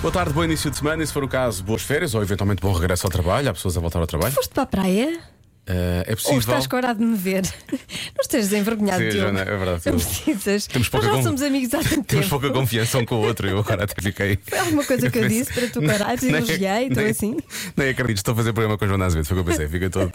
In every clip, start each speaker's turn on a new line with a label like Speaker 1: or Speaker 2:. Speaker 1: Boa tarde, bom início de semana e se for o caso, boas férias ou eventualmente bom regresso ao trabalho. Há pessoas a voltar ao trabalho.
Speaker 2: Foste para a praia?
Speaker 1: Eh, é
Speaker 2: Ou
Speaker 1: possível.
Speaker 2: estás com horário de me ver? Não estejas envergonhado,
Speaker 1: Sim,
Speaker 2: Diogo.
Speaker 1: Joana, é verdade.
Speaker 2: Não
Speaker 1: Temos
Speaker 2: precisas. Nós
Speaker 1: pouca
Speaker 2: já
Speaker 1: con-
Speaker 2: somos amigos há tanto
Speaker 1: Temos
Speaker 2: tempo.
Speaker 1: pouca confiança um com o outro. Eu agora até fiquei.
Speaker 2: Foi alguma coisa que eu disse para tu parares e
Speaker 1: Nem-
Speaker 2: elogiei, estou
Speaker 1: nem-
Speaker 2: assim.
Speaker 1: Nem acredito, estou a fazer programa com a Joana Azevedo. Foi o que eu pensei. Fica todo.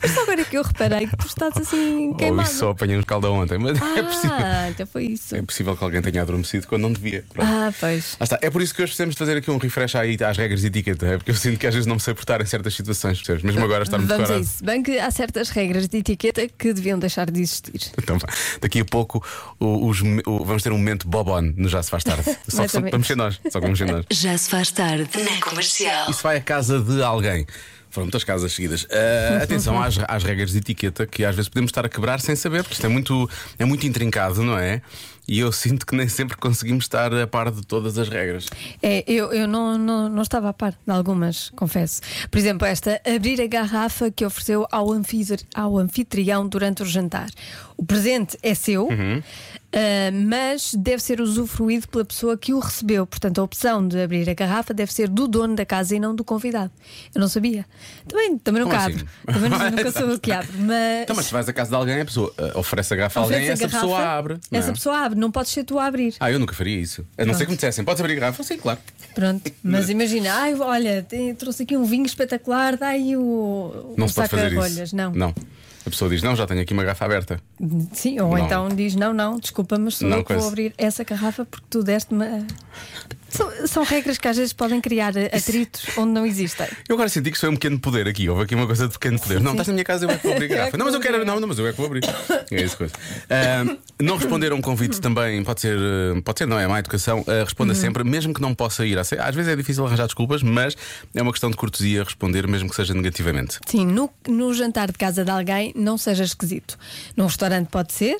Speaker 2: Mas só agora que eu reparei que tu estás assim
Speaker 1: Ou
Speaker 2: queimado.
Speaker 1: isso só apanhei um calda ontem. Mas é possível.
Speaker 2: Ah, então foi isso.
Speaker 1: É possível que alguém tenha adormecido quando não devia. Pronto.
Speaker 2: Ah, pois.
Speaker 1: Lá está. É por isso que hoje precisamos de fazer aqui um refresh aí às regras de etiqueta, é? porque eu sinto que às vezes não me sei portar em certas situações, percebes? Mesmo agora estar-me
Speaker 2: Vamos a
Speaker 1: decorado.
Speaker 2: isso. Bem que há certas regras de etiqueta que deviam deixar de existir.
Speaker 1: Então, vá. daqui a pouco o- os- o- vamos ter um momento bobon no Já Se Faz Tarde. Só,
Speaker 2: Mais
Speaker 1: só
Speaker 2: ou menos.
Speaker 1: vamos ser nós. Só vamos ser nós.
Speaker 3: Já se faz tarde na comercial.
Speaker 1: Isso vai à casa de alguém. Foram muitas casas seguidas. Ah, atenção às, às regras de etiqueta que às vezes podemos estar a quebrar sem saber, porque isto é muito, é muito intrincado, não é? E eu sinto que nem sempre conseguimos estar a par de todas as regras.
Speaker 2: É, eu, eu não, não, não estava a par de algumas, confesso. Por exemplo, esta, abrir a garrafa que ofereceu ao, anfitri- ao anfitrião durante o jantar. O presente é seu,
Speaker 1: Uhum.
Speaker 2: ah, mas deve ser usufruído pela pessoa que o recebeu. Portanto, a opção de abrir a garrafa deve ser do dono da casa e não do convidado. Eu não sabia. Também, também não
Speaker 1: Como
Speaker 2: cabro.
Speaker 1: assim?
Speaker 2: Também não, nunca sou eu que abro. Mas,
Speaker 1: Então, mas se vais à casa de alguém, a pessoa ah, oferece a garrafa a alguém e
Speaker 2: oferece
Speaker 1: essa
Speaker 2: a garrafa,
Speaker 1: pessoa abre. não
Speaker 2: Essa
Speaker 1: é?
Speaker 2: pessoa abre, não podes ser tu a abrir.
Speaker 1: Ah, eu nunca faria isso. A não ser que me dissessem, podes abrir a garrafa? Sim, claro.
Speaker 2: Pronto, mas imagina, ai, olha, te- trouxe aqui um vinho espetacular, dá aí o,
Speaker 1: Não
Speaker 2: o
Speaker 1: se pode fazer
Speaker 2: saca-rolhas.
Speaker 1: isso.
Speaker 2: Não.
Speaker 1: Não. A pessoa diz, não, já tenho aqui uma garrafa aberta.
Speaker 2: Sim, ou
Speaker 1: Não.
Speaker 2: então diz: não, não, desculpa, mas sou
Speaker 1: Não
Speaker 2: eu que vou
Speaker 1: conheço.
Speaker 2: abrir essa garrafa porque tu deste-me. a- São, são regras que às vezes podem criar atritos onde não existem.
Speaker 1: Eu agora senti que sou um pequeno poder aqui. Houve aqui uma coisa de pequeno poder. Não, estás na minha casa, eu é que vou abrir a garrafa.
Speaker 2: que
Speaker 1: Não, mas eu
Speaker 2: vou
Speaker 1: quero.
Speaker 2: abrir.
Speaker 1: Não, não, mas eu é que vou abrir. É isso coisa. Ah, não responder a um convite também pode ser, ah, pode ser, não, é má educação. Ah, responda sempre, mesmo que não possa ir. Às vezes é difícil arranjar desculpas, mas é uma questão de cortesia responder, mesmo que seja negativamente.
Speaker 2: Sim, no, no jantar de casa de alguém não seja esquisito. Num restaurante pode ser,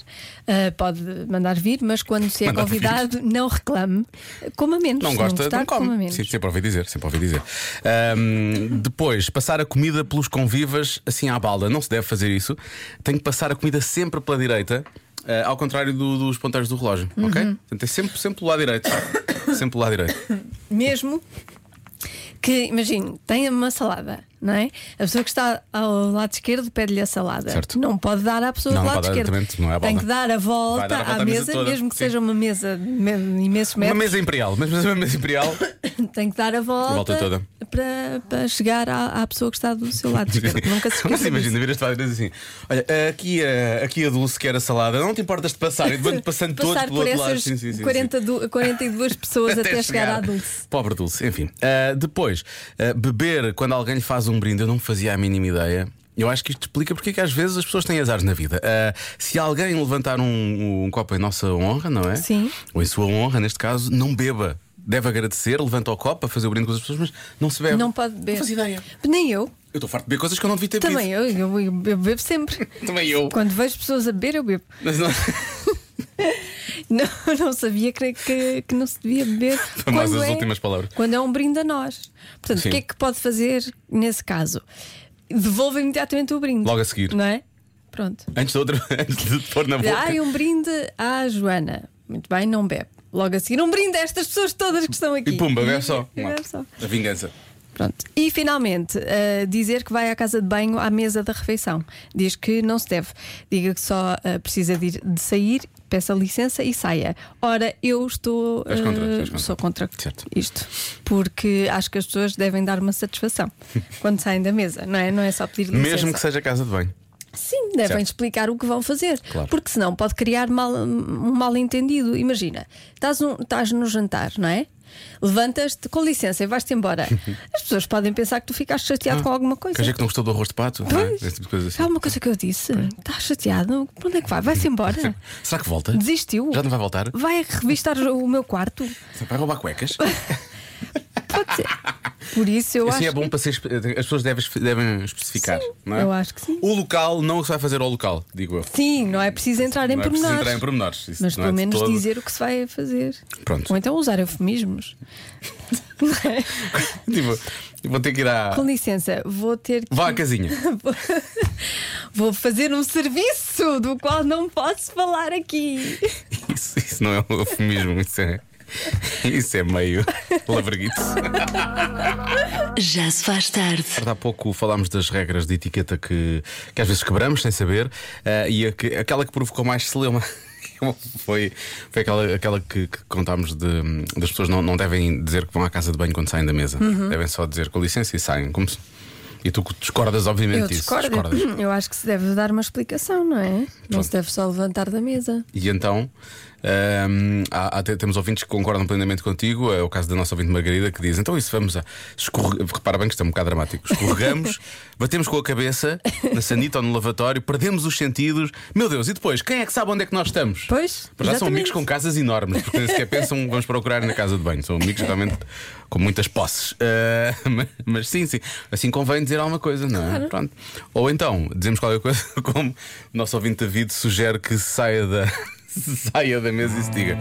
Speaker 2: ah, pode mandar vir, mas quando se é
Speaker 1: Mandar vir.
Speaker 2: convidado, não reclame. Coma menos.
Speaker 1: Não
Speaker 2: Se
Speaker 1: gosta,
Speaker 2: gostar,
Speaker 1: não come.
Speaker 2: coma menos.
Speaker 1: Sim, sempre ouvi dizer, sempre ouvi dizer. Ahm, depois, passar a comida pelos convivas assim à balda. Não se deve fazer isso. Tem que passar a comida sempre pela direita, ah, ao contrário do- dos ponteiros do relógio,
Speaker 2: Uhum.
Speaker 1: ok? Portanto, é sempre, sempre pelo lado direito. sempre pelo lado direito.
Speaker 2: Mesmo que, imagine, tenha uma salada, não é? A pessoa que está ao lado esquerdo pede-lhe a salada.
Speaker 1: Certo.
Speaker 2: Não pode dar à pessoa
Speaker 1: Não,
Speaker 2: do
Speaker 1: não
Speaker 2: lado
Speaker 1: pode dar
Speaker 2: esquerdo.
Speaker 1: diretamente, não é à
Speaker 2: Tem
Speaker 1: balda.
Speaker 2: que dar a volta,
Speaker 1: Vai dar a volta
Speaker 2: à, mesa, mesmo que
Speaker 1: sim.
Speaker 2: seja uma mesa de me- imensos
Speaker 1: Uma
Speaker 2: metros,
Speaker 1: mesa imperial, mas mas uma mesa imperial.
Speaker 2: tem que dar a volta,
Speaker 1: Volta toda.
Speaker 2: Para, para chegar à, à pessoa que está do seu lado esquerdo. Nunca se esqueça
Speaker 1: Mas
Speaker 2: disso.
Speaker 1: imagina, viras-te lá e dizes assim: Olha, aqui, a- aqui a Dulce quer a salada, não te importas de passar, eu vou-te passando todos
Speaker 2: Passar
Speaker 1: pelo
Speaker 2: por
Speaker 1: outro lado.
Speaker 2: essas
Speaker 1: Sim, sim, sim, sim.
Speaker 2: 40 du- 42 pessoas até, chegar, à dulce.
Speaker 1: Pobre Dulce, enfim. Ah, depois, ah, beber quando alguém lhe faz um brinde, eu não fazia a mínima ideia. Eu acho que isto explica porque é que às vezes as pessoas têm azares na vida. Ah, se alguém levantar um, um copo em nossa honra, não é?
Speaker 2: Sim.
Speaker 1: Ou em sua honra, neste caso, não beba. Deve agradecer, levanta o copo para fazer o brinde com as pessoas, mas não se bebe.
Speaker 2: Não pode beber.
Speaker 1: Não faz ideia.
Speaker 2: Nem eu.
Speaker 1: Eu estou farto de beber coisas que eu não devia ter
Speaker 2: Também
Speaker 1: bebido.
Speaker 2: eu, eu, eu bebo sempre.
Speaker 1: Também eu.
Speaker 2: Quando vejo pessoas a beber, eu bebo.
Speaker 1: Mas não...
Speaker 2: Não, não sabia que, que, que não se devia beber.
Speaker 1: Famosas últimas palavras.
Speaker 2: Quando é um brinde a nós. Portanto,
Speaker 1: Sim.
Speaker 2: o que é que pode fazer nesse caso? Devolve imediatamente o brinde.
Speaker 1: Logo a seguir.
Speaker 2: Não é? Pronto.
Speaker 1: Antes de outra, antes de pôr na boca.
Speaker 2: Ai, um brinde à Joana. Muito bem, não bebe. Logo a seguir, um brinde a estas pessoas todas que estão aqui.
Speaker 1: E pumba, bebe só.
Speaker 2: E bebe só.
Speaker 1: A vingança.
Speaker 2: Pronto. E finalmente, uh, dizer que vai à casa de banho à mesa da refeição. Diz que não se deve. Diga que só uh, precisa de, ir- de sair, peça licença e saia. Ora, eu estou. eh,
Speaker 1: És contra, és contra.
Speaker 2: Sou contra
Speaker 1: Certo.
Speaker 2: isto. Porque acho que as pessoas devem dar uma satisfação quando saem da mesa, não é? Não é só pedir licença.
Speaker 1: Mesmo que seja casa de banho.
Speaker 2: Sim, devem
Speaker 1: Certo.
Speaker 2: explicar o que vão fazer.
Speaker 1: Claro.
Speaker 2: Porque senão pode criar mal, um mal-entendido. Imagina, estás, um- estás no jantar, não é? Levantas-te, com licença, e vais-te embora. As pessoas podem pensar que tu ficaste chateado com é alguma coisa.
Speaker 1: Quer Ah, dizer que não gostou do arroz de pato? não é?
Speaker 2: Pois.
Speaker 1: Esse tipo de coisa assim.
Speaker 2: Há alguma coisa que eu disse? Estás chateado? Para onde é que vai? Vai-se embora?
Speaker 1: Será que volta?
Speaker 2: Desistiu?
Speaker 1: Já não vai voltar?
Speaker 2: Vai revistar o meu quarto?
Speaker 1: Vai roubar cuecas?
Speaker 2: Pode ser. Por isso eu
Speaker 1: assim
Speaker 2: acho.
Speaker 1: é bom para ser. espe- As pessoas devem, espe- devem especificar,
Speaker 2: Sim,
Speaker 1: não é?
Speaker 2: eu acho que sim.
Speaker 1: O local não se vai fazer ao local, digo eu.
Speaker 2: que- Sim, não é preciso entrar em
Speaker 1: não é preciso
Speaker 2: pormenores.
Speaker 1: entrar em pormenores. Isso
Speaker 2: Mas
Speaker 1: não
Speaker 2: pelo
Speaker 1: é de
Speaker 2: menos
Speaker 1: todo-
Speaker 2: dizer o que se vai fazer.
Speaker 1: Pronto.
Speaker 2: Ou então usar eufemismos.
Speaker 1: Tipo, vou ter que ir à.
Speaker 2: Com licença, vou ter que.
Speaker 1: Vá à casinha.
Speaker 2: vou fazer um serviço do qual não posso falar aqui.
Speaker 1: Isso, isso não é um eufemismo, isso é. Isso é meio lavreguito.
Speaker 3: Já se faz tarde.
Speaker 1: Há pouco falámos das regras de etiqueta que, que às vezes quebramos sem saber eh, e a que- aquela que provocou mais celeuma. Foi, foi aquela, aquela que, que contámos de, das pessoas não, não devem dizer que vão à casa de banho quando saem da mesa.
Speaker 2: Uhum.
Speaker 1: Devem só dizer com licença e saem. Como se- E tu discordas, obviamente,
Speaker 2: Eu
Speaker 1: disso.
Speaker 2: discordo. Hum,
Speaker 1: Discordas.
Speaker 2: Eu acho que se deve dar uma explicação, não é? Não se deve só levantar da mesa.
Speaker 1: E então hum, há- há- te- temos ouvintes que concordam plenamente contigo. É o caso da nossa ouvinte Margarida que diz: então isso vamos a. Escorre... Repara bem que isto é um bocado dramático. Escorregamos, batemos com a cabeça na sanita ou no lavatório, perdemos os sentidos. Meu Deus, e depois? Quem é que sabe onde é que nós estamos?
Speaker 2: Pois,
Speaker 1: Para já são
Speaker 2: exatamente.
Speaker 1: amigos com casas enormes, porque nem sequer pensam vamos procurar na casa de banho. São amigos realmente com muitas posses. Ah, mas, mas sim, sim. Assim convém dizer alguma coisa, não é? Pronto. Ou então, dizemos qualquer coisa, como o nosso ouvinte David sugere que saia da, saia da mesa e se diga.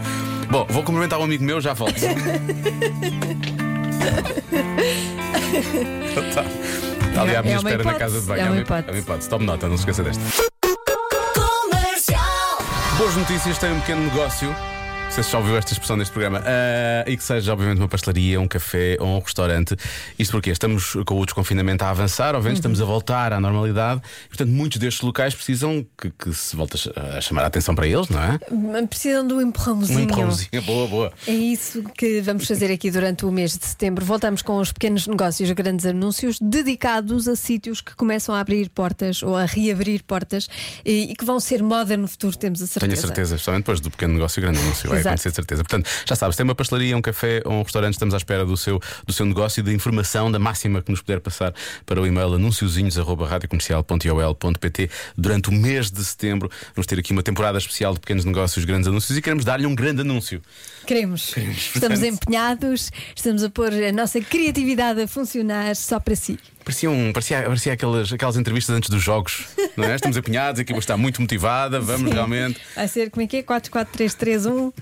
Speaker 1: Bom, vou cumprimentar um amigo meu, já volto. Está tá ali à
Speaker 2: É-
Speaker 1: minha
Speaker 2: é uma
Speaker 1: espera na
Speaker 2: hipótese,
Speaker 1: casa de banho.
Speaker 2: é uma
Speaker 1: hipótese.
Speaker 2: hipótese.
Speaker 1: É uma hipótese. Tome nota, não se esqueça desta. Boas notícias, tem um pequeno negócio. Não sei se já ouviu esta expressão deste programa. Ah, e que seja, obviamente, uma pastelaria, um café ou um restaurante. Isto porque estamos com o desconfinamento a avançar, obviamente, estamos a voltar à normalidade. Portanto, muitos destes locais precisam que, que se volte a ch- a chamar a atenção para eles, não é?
Speaker 2: Precisam de um empurrãozinho.
Speaker 1: Um empurrãozinho. Boa, boa.
Speaker 2: É isso que vamos fazer aqui durante o mês de setembro. Voltamos com os pequenos negócios, grandes anúncios dedicados a sítios que começam a abrir portas ou a reabrir portas e, e que vão ser moda no futuro, temos a certeza.
Speaker 1: Tenho a certeza, especialmente depois do pequeno negócio e grande anúncio. Vai
Speaker 2: Exato.
Speaker 1: acontecer de certeza. Portanto, já sabes, tem uma pastelaria, um café ou um restaurante, estamos à espera do seu, do seu negócio e da informação, da máxima que nos puder passar para o e-mail anunciozinhos.radiocomercial.ol.pt durante o mês de setembro. Vamos ter aqui uma temporada especial de pequenos negócios, grandes anúncios e queremos dar-lhe um grande anúncio.
Speaker 2: Queremos. Estamos empenhados, estamos a pôr a nossa criatividade a funcionar só para si.
Speaker 1: Parecia, um, parecia, parecia aquelas, aquelas entrevistas antes dos jogos, não é? Estamos apanhados, aqui vou estar muito motivada, vamos realmente.
Speaker 2: Vai ser como é que é? 44331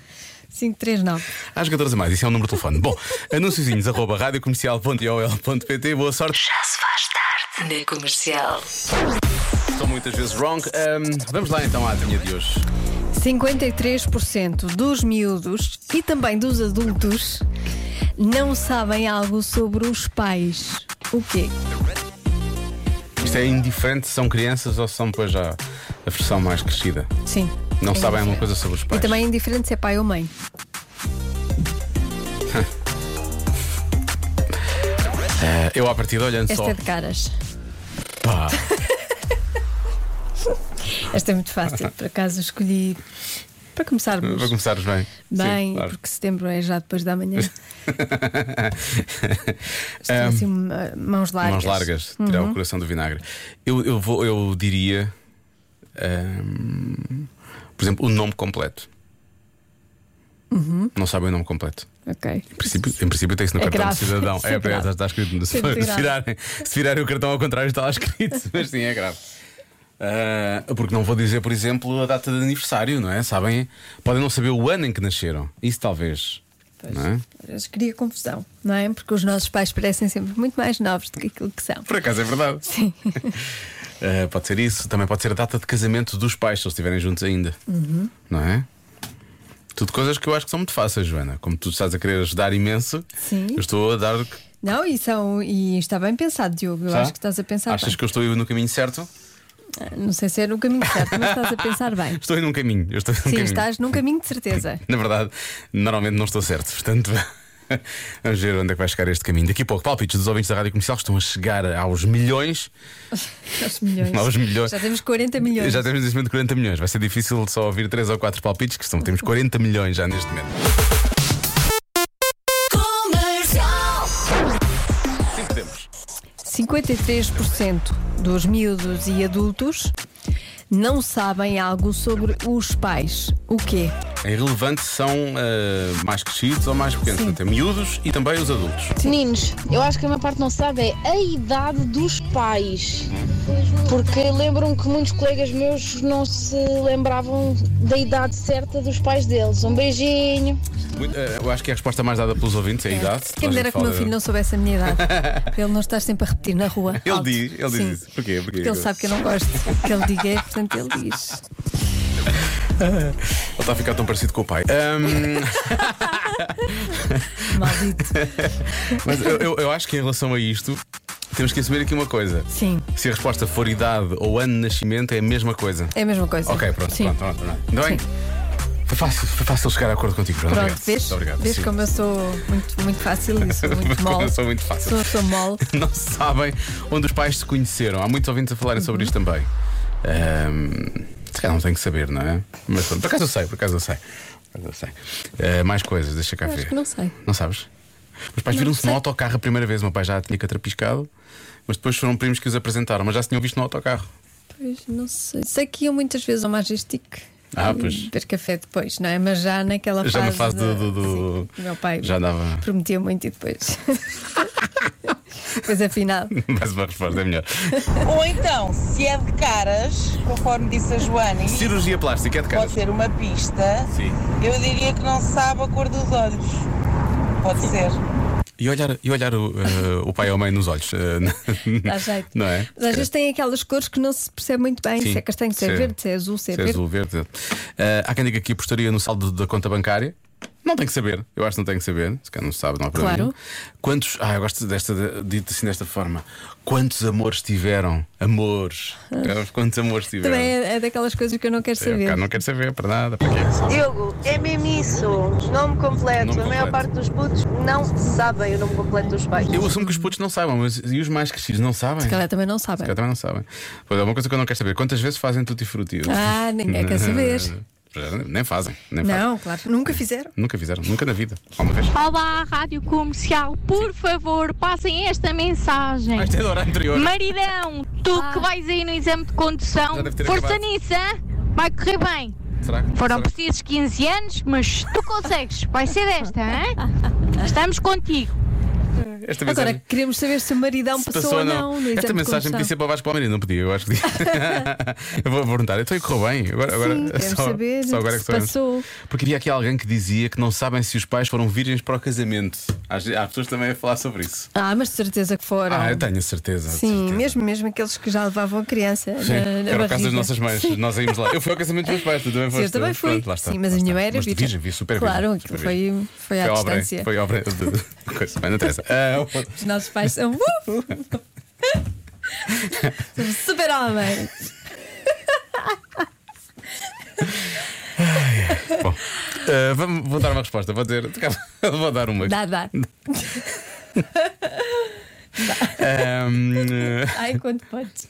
Speaker 2: 539.
Speaker 1: Às 14 a mais, isso é o número de telefone. Bom, anunciozinhos, arroba radiocomercial.ol.pt. Boa sorte.
Speaker 3: Já se faz tarde na comercial.
Speaker 1: São muitas vezes wrong. Ahm, vamos lá então à adivinha de hoje.
Speaker 2: 53% dos miúdos e também dos adultos não sabem algo sobre os pais. O quê?
Speaker 1: Isto é indiferente se são crianças ou se são, pois, já a versão mais crescida.
Speaker 2: Sim.
Speaker 1: Não
Speaker 2: É
Speaker 1: sabem alguma
Speaker 2: indiferente.
Speaker 1: coisa sobre os
Speaker 2: E
Speaker 1: pais.
Speaker 2: também é indiferente se é pai ou mãe.
Speaker 1: Ah, eu, à partida, olhando
Speaker 2: Esta
Speaker 1: só.
Speaker 2: é de caras.
Speaker 1: Pá,
Speaker 2: Esta é muito fácil. Por acaso escolhi para começarmos
Speaker 1: para começares bem.
Speaker 2: bem,
Speaker 1: Sim, claro.
Speaker 2: porque setembro é já depois da manhã. Estão
Speaker 1: Ahm,
Speaker 2: assim ma- mãos largas. Uhum.
Speaker 1: Mãos largas, tirar o coração do vinagre. Eu, eu, vou, eu diria. ahm, por exemplo, o nome completo. Não sabem o nome completo.
Speaker 2: Ok.
Speaker 1: Em princípio, em princípio tem-se no
Speaker 2: Uhum. É
Speaker 1: cartão
Speaker 2: grave.
Speaker 1: de cidadão.
Speaker 2: Isso
Speaker 1: É,
Speaker 2: é
Speaker 1: é,
Speaker 2: grave.
Speaker 1: está, está escrito. Se,
Speaker 2: Isso é muito
Speaker 1: se,
Speaker 2: grave.
Speaker 1: virarem, se virarem o cartão ao contrário, está lá escrito. Mas sim, é grave. Ah, porque não vou dizer, por exemplo, a data de aniversário, não é? Sabem? Podem não saber o ano em que nasceram. Isso talvez. Não é?
Speaker 2: Mas cria confusão, não é? Porque os nossos pais parecem sempre muito mais novos do que aquilo que são.
Speaker 1: Por acaso é verdade.
Speaker 2: Sim.
Speaker 1: Ah, pode ser isso. Também pode ser a data de casamento dos pais, se eles estiverem juntos ainda.
Speaker 2: Uhum.
Speaker 1: Não é? Tudo coisas que eu acho que são muito fáceis, Joana. Como tu estás a querer ajudar imenso,
Speaker 2: Sim.
Speaker 1: eu estou a dar.
Speaker 2: Não, e, são, e está bem pensado, Diogo. Eu
Speaker 1: Tá?
Speaker 2: acho que estás a pensar
Speaker 1: Achas
Speaker 2: bem.
Speaker 1: que eu estou no caminho certo?
Speaker 2: Não sei se é no caminho certo, mas estás a pensar bem.
Speaker 1: Estou num caminho. Eu estou num
Speaker 2: Sim,
Speaker 1: caminho.
Speaker 2: estás num caminho de certeza.
Speaker 1: Na verdade, normalmente não estou certo. Portanto, vamos ver onde é que vai chegar este caminho. Daqui a pouco, palpites dos ouvintes da rádio comercial que estão a chegar aos milhões.
Speaker 2: Aos milhões.
Speaker 1: Aos milhões.
Speaker 2: Já temos 40 milhões.
Speaker 1: Já temos neste momento 40 milhões. Vai ser difícil só ouvir 3 ou 4 palpites, que estão, temos 40 milhões já neste momento. Cinco tempos.
Speaker 2: 53% dos miúdos e adultos não sabem algo sobre os pais. O quê?
Speaker 1: É irrelevante se são ah, mais crescidos ou mais pequenos.
Speaker 2: Sim.
Speaker 1: Portanto, é miúdos e também os adultos.
Speaker 4: Meninos, eu acho que a maior parte não sabe é a idade dos pais. Porque lembram que muitos colegas meus não se lembravam da idade certa dos pais deles. Um beijinho.
Speaker 1: Muito- ah, eu acho que é a resposta mais dada pelos ouvintes é a idade.
Speaker 2: Quem
Speaker 1: Toda a
Speaker 2: dera
Speaker 1: gente
Speaker 2: que o meu
Speaker 1: fala-
Speaker 2: filho não soubesse a minha idade. Para ele não estar sempre a repetir na rua.
Speaker 1: Ele
Speaker 2: alto.
Speaker 1: diz, ele diz
Speaker 2: Sim.
Speaker 1: isso. Porquê? Porquê?
Speaker 2: é, Porque ele sabe que eu não gosto que ele diga, portanto ele diz.
Speaker 1: Ele está a ficar tão parecido com o pai. Ahm,
Speaker 2: Maldito.
Speaker 1: mas eu, eu- eu acho que em relação a isto, temos que assumir aqui uma coisa.
Speaker 2: Sim.
Speaker 1: Se a resposta for idade ou ano de nascimento, é a mesma coisa.
Speaker 2: É a mesma coisa.
Speaker 1: Ok, pronto,
Speaker 2: Sim.
Speaker 1: pronto, pronto, pronto. Ainda bem? Foi fácil, foi fácil chegar a acordo contigo, Bruno.
Speaker 2: Pronto,
Speaker 1: obrigado.
Speaker 2: vês?
Speaker 1: Muito obrigado.
Speaker 2: Vês
Speaker 1: sim.
Speaker 2: como eu sou muito, muito fácil e sou muito
Speaker 1: Como
Speaker 2: mole.
Speaker 1: eu sou muito fácil.
Speaker 2: Sou, sou mole.
Speaker 1: Não sabem onde os pais se conheceram. Há muitos ouvintes a falarem sobre isto
Speaker 2: Uhum.
Speaker 1: também. Ahm, se calhar não tenho que saber, não é? Mas pronto, por acaso eu sei, por acaso eu sei. Por acaso eu sei. Ah, mais coisas, deixa cá
Speaker 2: Eu acho
Speaker 1: ver.
Speaker 2: que não sei.
Speaker 1: Não sabes? Os pais viram-se
Speaker 2: sei.
Speaker 1: no autocarro a primeira vez. O meu pai já tinha catrapiscado, mas depois foram primos que os apresentaram, mas já se tinham visto no autocarro.
Speaker 2: Pois, não sei. Sei que ia muitas vezes ao Majestic.
Speaker 1: Ah,
Speaker 2: e
Speaker 1: pois.
Speaker 2: Beber café depois, não é? Mas já naquela
Speaker 1: Já na
Speaker 2: fase.
Speaker 1: fase do-
Speaker 2: da-
Speaker 1: do- do-
Speaker 2: Sim, meu pai
Speaker 1: Já dava.
Speaker 2: prometia muito e depois. Pois afinal.
Speaker 1: Mais uma resposta, é melhor.
Speaker 5: Ou então, se é de caras, conforme disse a Joana, e
Speaker 1: Cirurgia plástica é de cara.
Speaker 5: pode ser uma pista,
Speaker 1: Sim.
Speaker 5: eu diria que não sabe a cor dos olhos. Pode ser.
Speaker 1: E olhar, e olhar o, eh, o pai ou a mãe nos olhos. eh,
Speaker 2: Dá jeito.
Speaker 1: Não é?
Speaker 2: Mas às vezes tem aquelas cores que não se percebe muito bem
Speaker 1: Sim.
Speaker 2: se é castanho, se é
Speaker 1: Se é-
Speaker 2: verde, se é azul, se é
Speaker 1: Se é
Speaker 2: verde.
Speaker 1: azul, verde. Eh, há quem diga que apostaria no saldo da conta bancária. Não tem que saber, eu acho que não tem que saber. Se calhar não se sabe, não há problema.
Speaker 2: Claro.
Speaker 1: nenhum. Quantos. Ah, eu gosto desta, dito assim desta forma. Quantos amores tiveram? Amores. Quantos amores tiveram?
Speaker 2: Ah. Também é, é daquelas coisas que eu não quero
Speaker 1: Eu
Speaker 2: saber.
Speaker 1: é cá não quero saber para nada. Para quê?
Speaker 6: Diogo, é mesmo isso. Nome completo.
Speaker 1: Nome
Speaker 6: a maior
Speaker 1: completo.
Speaker 6: parte dos putos não sabem o nome completo dos pais.
Speaker 1: Eu assumo que os putos não sabem, mas e os mais crescidos não sabem?
Speaker 2: Se calhar também não sabem.
Speaker 1: Eu também não sabem. Pois é uma coisa que eu não quero saber. Quantas vezes fazem tutti frutti?
Speaker 2: Ah, ninguém quer saber.
Speaker 1: Nem fazem, nem fazem.
Speaker 2: Não, claro. Nunca fizeram.
Speaker 1: Nunca fizeram, nunca na vida. Alguma vez?
Speaker 7: Olá, Rádio Comercial, por favor, passem esta mensagem.
Speaker 1: Ah, isto é da hora anterior.
Speaker 7: Maridão, tu que vais aí no exame de condução,
Speaker 1: Já deve ter
Speaker 7: força
Speaker 1: acabado.
Speaker 7: nisso, hã? vai correr bem.
Speaker 1: Será que-
Speaker 7: Foram
Speaker 1: será-
Speaker 7: precisos 15 anos, mas tu consegues, vai ser desta, hã? Estamos contigo.
Speaker 1: Esta vez
Speaker 2: Agora
Speaker 1: é-
Speaker 2: queremos saber se o maridão passou, ou não. no
Speaker 1: Esta
Speaker 2: exame de
Speaker 1: mensagem
Speaker 2: condução.
Speaker 1: podia ser para o Vasco Palmeiras, não podia, eu acho que podia. eu vou perguntar, então e correu bem? Agora, agora,
Speaker 2: Sim, quero saber se
Speaker 1: é sabemos.
Speaker 2: passou.
Speaker 1: Porque havia aqui alguém que dizia que não sabem se os pais foram virgens para o casamento. Às- Há, pessoas também a falar sobre isso.
Speaker 2: Ah, mas de certeza que foram.
Speaker 1: Ah, eu tenho a certeza.
Speaker 2: Sim,
Speaker 1: certeza.
Speaker 2: mesmo, mesmo aqueles que já levavam a criança.
Speaker 1: Sim,
Speaker 2: na,
Speaker 1: que era o
Speaker 2: na
Speaker 1: caso
Speaker 2: Ah, barriga.
Speaker 1: das nossas mães. Nós saímos lá. Eu fui ao casamento dos meus pais, tu também
Speaker 2: Sim,
Speaker 1: foste.
Speaker 2: eu também fui.
Speaker 1: Pronto, lá está,
Speaker 2: Sim, mas
Speaker 1: lá
Speaker 2: a minha
Speaker 1: está.
Speaker 2: era
Speaker 1: Mas de
Speaker 2: virgem.
Speaker 1: virgem. vi super
Speaker 2: Claro,
Speaker 1: virgem,
Speaker 2: aquilo
Speaker 1: super virgem.
Speaker 2: foi, foi à
Speaker 1: Foi obra,
Speaker 2: distância.
Speaker 1: foi obra de de coisa, mas não interessa. Ah,
Speaker 2: Os nossos pais são. Uh! São Super-homem!
Speaker 1: Bom, eh, vamos, vou dar uma resposta. Vou dizer, vou dar uma.
Speaker 2: Dá, dá.
Speaker 1: Ahm, eh,
Speaker 2: Ai, quanto podes.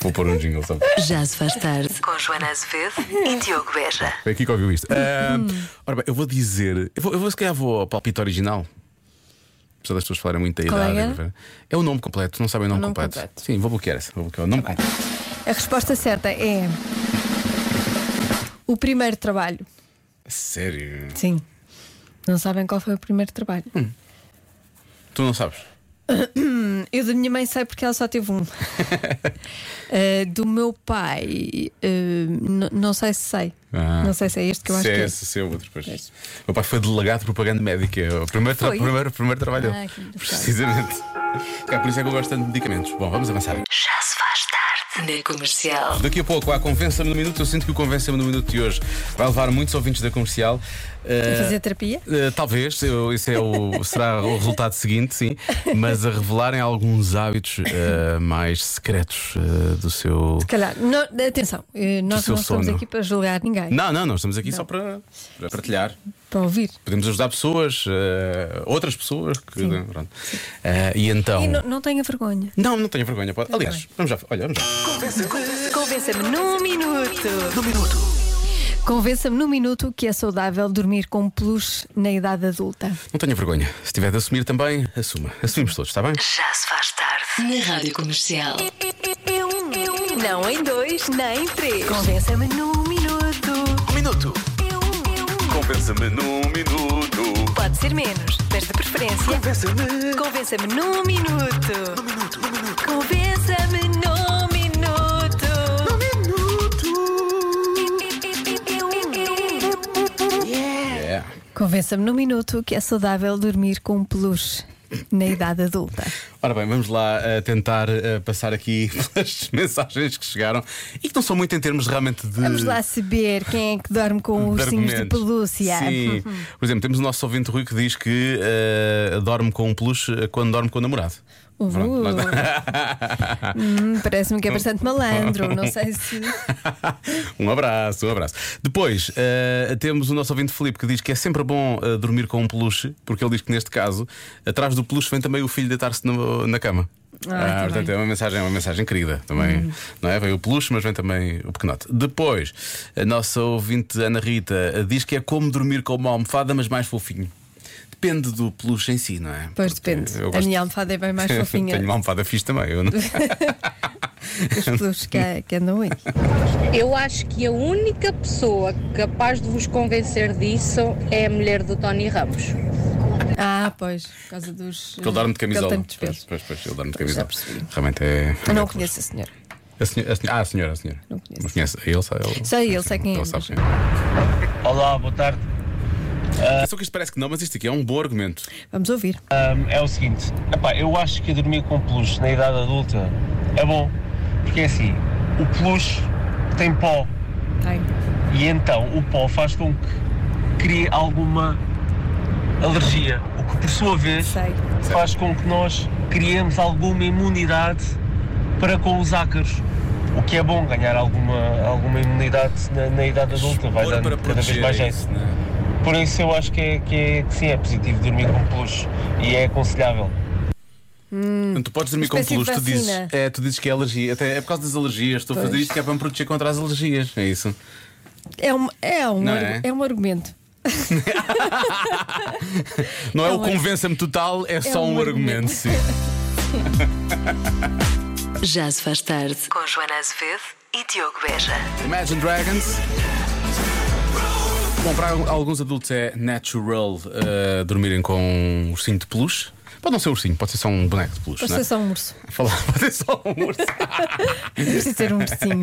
Speaker 1: vou pôr um jingle só.
Speaker 3: Já se faz tarde.
Speaker 6: Com Joana Azevedo
Speaker 3: E Diogo Beja.
Speaker 1: Foi aqui que ouviu isto.
Speaker 2: Hum.
Speaker 1: Ahm, ora bem, eu vou dizer. Eu vou, eu vou se calhar vou ao palpite original. Apesar das pessoas falarem muito da
Speaker 2: Qual é
Speaker 1: idade.
Speaker 2: que era?
Speaker 1: não é? É o nome completo, não sabem o nome,
Speaker 2: nome
Speaker 1: completo.
Speaker 2: completo.
Speaker 1: Sim, vou bloquear essa. Vou bloquear o nome completo.
Speaker 2: A resposta certa é. O primeiro trabalho.
Speaker 1: É Sério.
Speaker 2: Sim. Não sabem qual foi o primeiro trabalho.
Speaker 1: Tu não sabes?
Speaker 2: Eu da minha mãe sei porque ela só teve um. Eh, do meu pai, eh, n- não sei se sei.
Speaker 1: Ah.
Speaker 2: Não sei se é este que eu acho
Speaker 1: se
Speaker 2: que
Speaker 1: é
Speaker 2: é.
Speaker 1: esse, se é o outro. Pois. O meu pai foi delegado de propaganda médica. é O primeiro, tra
Speaker 2: Foi?
Speaker 1: primeiro, primeiro trabalho.
Speaker 2: Ah, que engraçado.
Speaker 1: precisamente. É por isso é que eu gosto tanto de medicamentos. Bom, vamos avançar.
Speaker 3: Já se faz tarde. Na comercial.
Speaker 1: Daqui a pouco há Convença-me no Minuto. Eu sinto que o Convença-me no Minuto de hoje vai levar muitos ouvintes da comercial.
Speaker 2: A
Speaker 1: eh,
Speaker 2: fazer terapia?
Speaker 1: eh, talvez, eu- esse é o, será o resultado seguinte, sim, mas a revelarem alguns hábitos eh, mais secretos eh, do seu.
Speaker 2: Se calhar, não, atenção, eh, nós
Speaker 1: seu
Speaker 2: não estamos
Speaker 1: sono.
Speaker 2: aqui para julgar ninguém,
Speaker 1: Não, não, não, estamos aqui só para, para partilhar.
Speaker 2: para ouvir.
Speaker 1: Podemos ajudar pessoas, eh, outras pessoas que. pronto. Eh, e então.
Speaker 2: E não, não tenha vergonha.
Speaker 1: Não, não tenho vergonha. Pode... Aliás, vamos já. Olha, vamos já.
Speaker 2: Convença-me num minuto. Convença-me num minuto que é saudável dormir com peluche na idade adulta.
Speaker 1: Não tenho vergonha. Se tiver de assumir também, assuma. Assumimos todos, está bem?
Speaker 3: Já se faz tarde. Na rádio comercial.
Speaker 2: Não em dois, nem em três. Convença-me num minuto.
Speaker 1: Um minuto. Compensa-me num minuto.
Speaker 2: Pode ser menos, mas de preferência. Convença-me. Convença-me num minuto. Num minuto, num minuto. Convença-me num minuto. Num minuto. Convença-me num minuto que é saudável dormir com um peluche na idade adulta.
Speaker 1: Ora bem, vamos lá eh, tentar eh, passar aqui pelas mensagens que chegaram e que não são muito em termos realmente de.
Speaker 2: Vamos lá saber quem é que dorme com
Speaker 1: de
Speaker 2: ursinhos de
Speaker 1: argumentos.
Speaker 2: pelúcia.
Speaker 1: Sim. Por exemplo, temos o nosso ouvinte Rui que diz que eh, dorme com um peluche quando dorme com o namorado.
Speaker 2: Uh.
Speaker 1: Pronto, lá está.
Speaker 2: Hum, Parece-me que é bastante malandro. Não sei se.
Speaker 1: um abraço, um abraço. Depois eh, temos o nosso ouvinte Filipe que diz que é sempre bom eh, dormir com um peluche, porque ele diz que neste caso, atrás do peluche vem também o filho deitar-se no- na cama.
Speaker 2: Ah, Hum. tá
Speaker 1: portanto,
Speaker 2: bem.
Speaker 1: é uma mensagem, é uma mensagem querida também. Não é? Vem o peluche, mas vem também o pequenote. Depois, a nossa ouvinte Ana Rita eh, diz que é como dormir com uma almofada, mas mais fofinho. Depende do peluche em si, não é?
Speaker 2: Pois
Speaker 1: Porque
Speaker 2: depende.
Speaker 1: eu
Speaker 2: A
Speaker 1: gosto-
Speaker 2: minha almofada é bem mais fofinha.
Speaker 1: Tenho uma almofada fixe também. Eu não...
Speaker 2: Os peluches que, que andam aí.
Speaker 8: Eu acho que a única pessoa capaz de vos convencer disso é a mulher do Tony Ramos.
Speaker 2: Ah, pois, por causa dos. eh,
Speaker 1: Porque ele dorme um de
Speaker 2: porque ele
Speaker 1: camisola.
Speaker 2: tem muitos
Speaker 1: pois,
Speaker 2: pelos.
Speaker 1: pois, pois, ele dorme de camisola.
Speaker 2: percebi.
Speaker 1: Realmente é.
Speaker 2: Eu não conheço a senhora.
Speaker 1: A senhora, a senhora, ah, a senhora, a senhora.
Speaker 2: Não conheço.
Speaker 1: Mas conhece. Ele sabe. Ele,
Speaker 2: Sei, ele sei quem é,
Speaker 1: Ele
Speaker 2: mas-
Speaker 1: sabe quem
Speaker 9: Olá, boa tarde.
Speaker 1: é. Só que isto parece que não, mas isto aqui é um bom argumento.
Speaker 2: Vamos ouvir.
Speaker 9: Ahm, é o seguinte, epá, eu acho que dormir com peluche na idade adulta é bom, porque é assim, o peluche tem pó
Speaker 2: Ai,
Speaker 9: e então o pó faz com que crie alguma alergia, o que por sua vez
Speaker 2: sei.
Speaker 9: faz com que nós criemos alguma imunidade para com os ácaros. O que é bom ganhar alguma, alguma imunidade na, na idade adulta, vai
Speaker 1: Bora
Speaker 9: dando cada vez mais
Speaker 1: é
Speaker 9: jeito.
Speaker 1: isso, né?
Speaker 2: Hum.
Speaker 9: Por isso eu acho que, é, que, é- que sim, é positivo dormir com peluche e é aconselhável.
Speaker 1: Portanto, tu podes dormir com
Speaker 2: Espécie de
Speaker 1: peluche, tu dizes,
Speaker 2: vacina.
Speaker 1: é, tu dizes que é alergia. Até é por causa das alergias. Estou a fazer isto que é para me proteger contra as alergias. É isso.
Speaker 2: É um, é um,
Speaker 1: Não
Speaker 2: argu-
Speaker 1: é?
Speaker 2: é? um argumento.
Speaker 1: Não é,
Speaker 2: É
Speaker 1: o
Speaker 2: um
Speaker 1: convença-me total, é, só um
Speaker 2: um
Speaker 1: argumento,
Speaker 2: argumento.
Speaker 1: sim.
Speaker 3: Já se faz tarde com Joana Azevedo e Diogo Beja.
Speaker 1: Imagine Dragons. Bom, para alguns adultos é natural eh, dormirem com um ursinho de peluche. Pode não ser um ursinho, pode ser só um boneco de peluche.
Speaker 2: Pode
Speaker 1: não é?
Speaker 2: ser só um urso.
Speaker 1: Falar, pode ser só um urso.
Speaker 2: Não Precisa ser um ursinho.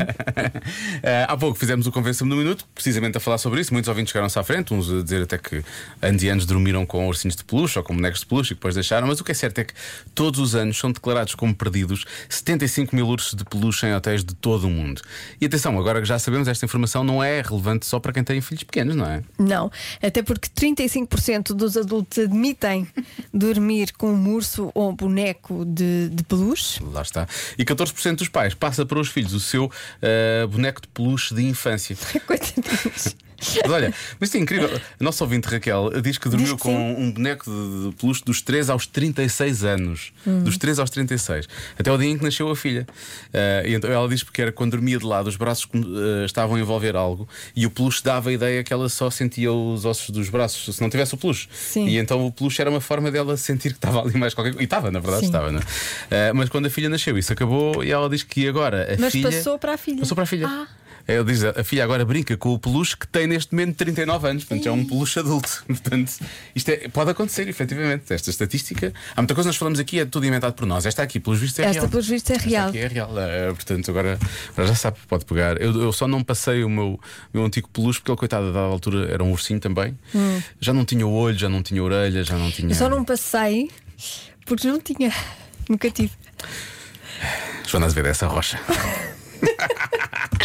Speaker 1: Eh, há pouco fizemos o Convença-me no Minuto, precisamente a falar sobre isso. Muitos ouvintes chegaram-se à frente, uns a dizer até que anos e anos dormiram com ursinhos de peluche ou com bonecos de peluche e depois deixaram. Mas o que é certo é que todos os anos são declarados como perdidos 75 mil ursos de peluche em hotéis de todo o mundo. E atenção, agora que já sabemos, esta informação não é relevante só para quem tem filhos pequenos, não é?
Speaker 2: Não, até porque 35% dos adultos admitem dormir com um urso ou um boneco de, de peluche.
Speaker 1: Lá está. E 14% dos pais passa para os filhos o seu eh, boneco de peluche de infância.
Speaker 2: Coitadinhos.
Speaker 1: Mas olha, mas isto é incrível. A nossa ouvinte Raquel diz que dormiu
Speaker 2: Diz que
Speaker 1: com um boneco de, de peluche dos 3 aos 36 anos. Dos 3 aos 36. Até o dia em que nasceu a filha. Ah, e então ela diz porque era quando dormia de lado, os braços como, ah, estavam a envolver algo e o peluche dava a ideia que ela só sentia os ossos dos braços, se não tivesse o peluche.
Speaker 2: Sim.
Speaker 1: E então o peluche era uma forma dela sentir que estava ali mais qualquer coisa. E estava, na verdade,
Speaker 2: Sim.
Speaker 1: estava, não é? Ah, mas quando a filha nasceu, isso acabou e ela diz que agora a
Speaker 2: Mas
Speaker 1: filha.
Speaker 2: passou para a filha.
Speaker 1: Passou para a filha.
Speaker 2: Ah.
Speaker 1: É, Ele diz: a filha agora brinca com o peluche que tem neste momento 39 anos, portanto é um peluche adulto. Portanto, isto é- pode acontecer, efetivamente. Esta estatística. Há muita coisa que nós falamos aqui, é tudo inventado por nós. Esta aqui, pelos vistos, é
Speaker 2: Esta,
Speaker 1: real.
Speaker 2: pelos vistos, é real.
Speaker 1: Esta aqui é real. Eh, portanto, agora, agora já sabe, pode pegar. Eu, eu só não passei o meu, meu antigo peluche, porque ele, coitado, a dada altura era um ursinho também. Já não tinha olho, já não tinha orelha, já não tinha.
Speaker 2: Hum. Eu só não passei porque não tinha. Nunca tive.
Speaker 1: Joana Azevedo, essa rocha.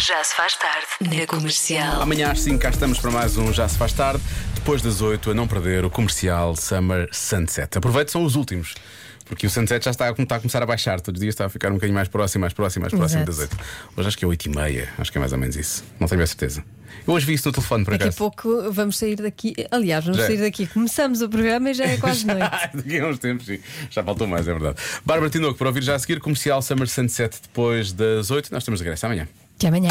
Speaker 3: Já se faz tarde na comercial.
Speaker 1: Amanhã às 5 cá estamos para mais um Já Se Faz Tarde. Depois das 8, a não perder o comercial Summer Sunset. Aproveite, são os últimos. Porque o Sunset já está a, está a começar a baixar, todos os dias está a ficar um bocadinho mais próximo, mais próximo, mais próximo
Speaker 2: Exato.
Speaker 1: das 8. Hoje acho que é 8 e meia, acho que é mais ou menos isso. Não tenho a certeza. Eu hoje vi isso no telefone, por
Speaker 2: Daqui a
Speaker 1: acaso.
Speaker 2: pouco vamos sair daqui. Aliás, vamos
Speaker 1: Já é.
Speaker 2: sair daqui. Começamos o programa e já é quase noite.
Speaker 1: Daqui a uns tempos, sim. Já faltou mais, é verdade. Bárbara Tinoco, para ouvir já a seguir, comercial Summer Sunset depois das 8. Nós temos regresso amanhã.
Speaker 2: Até amanhã.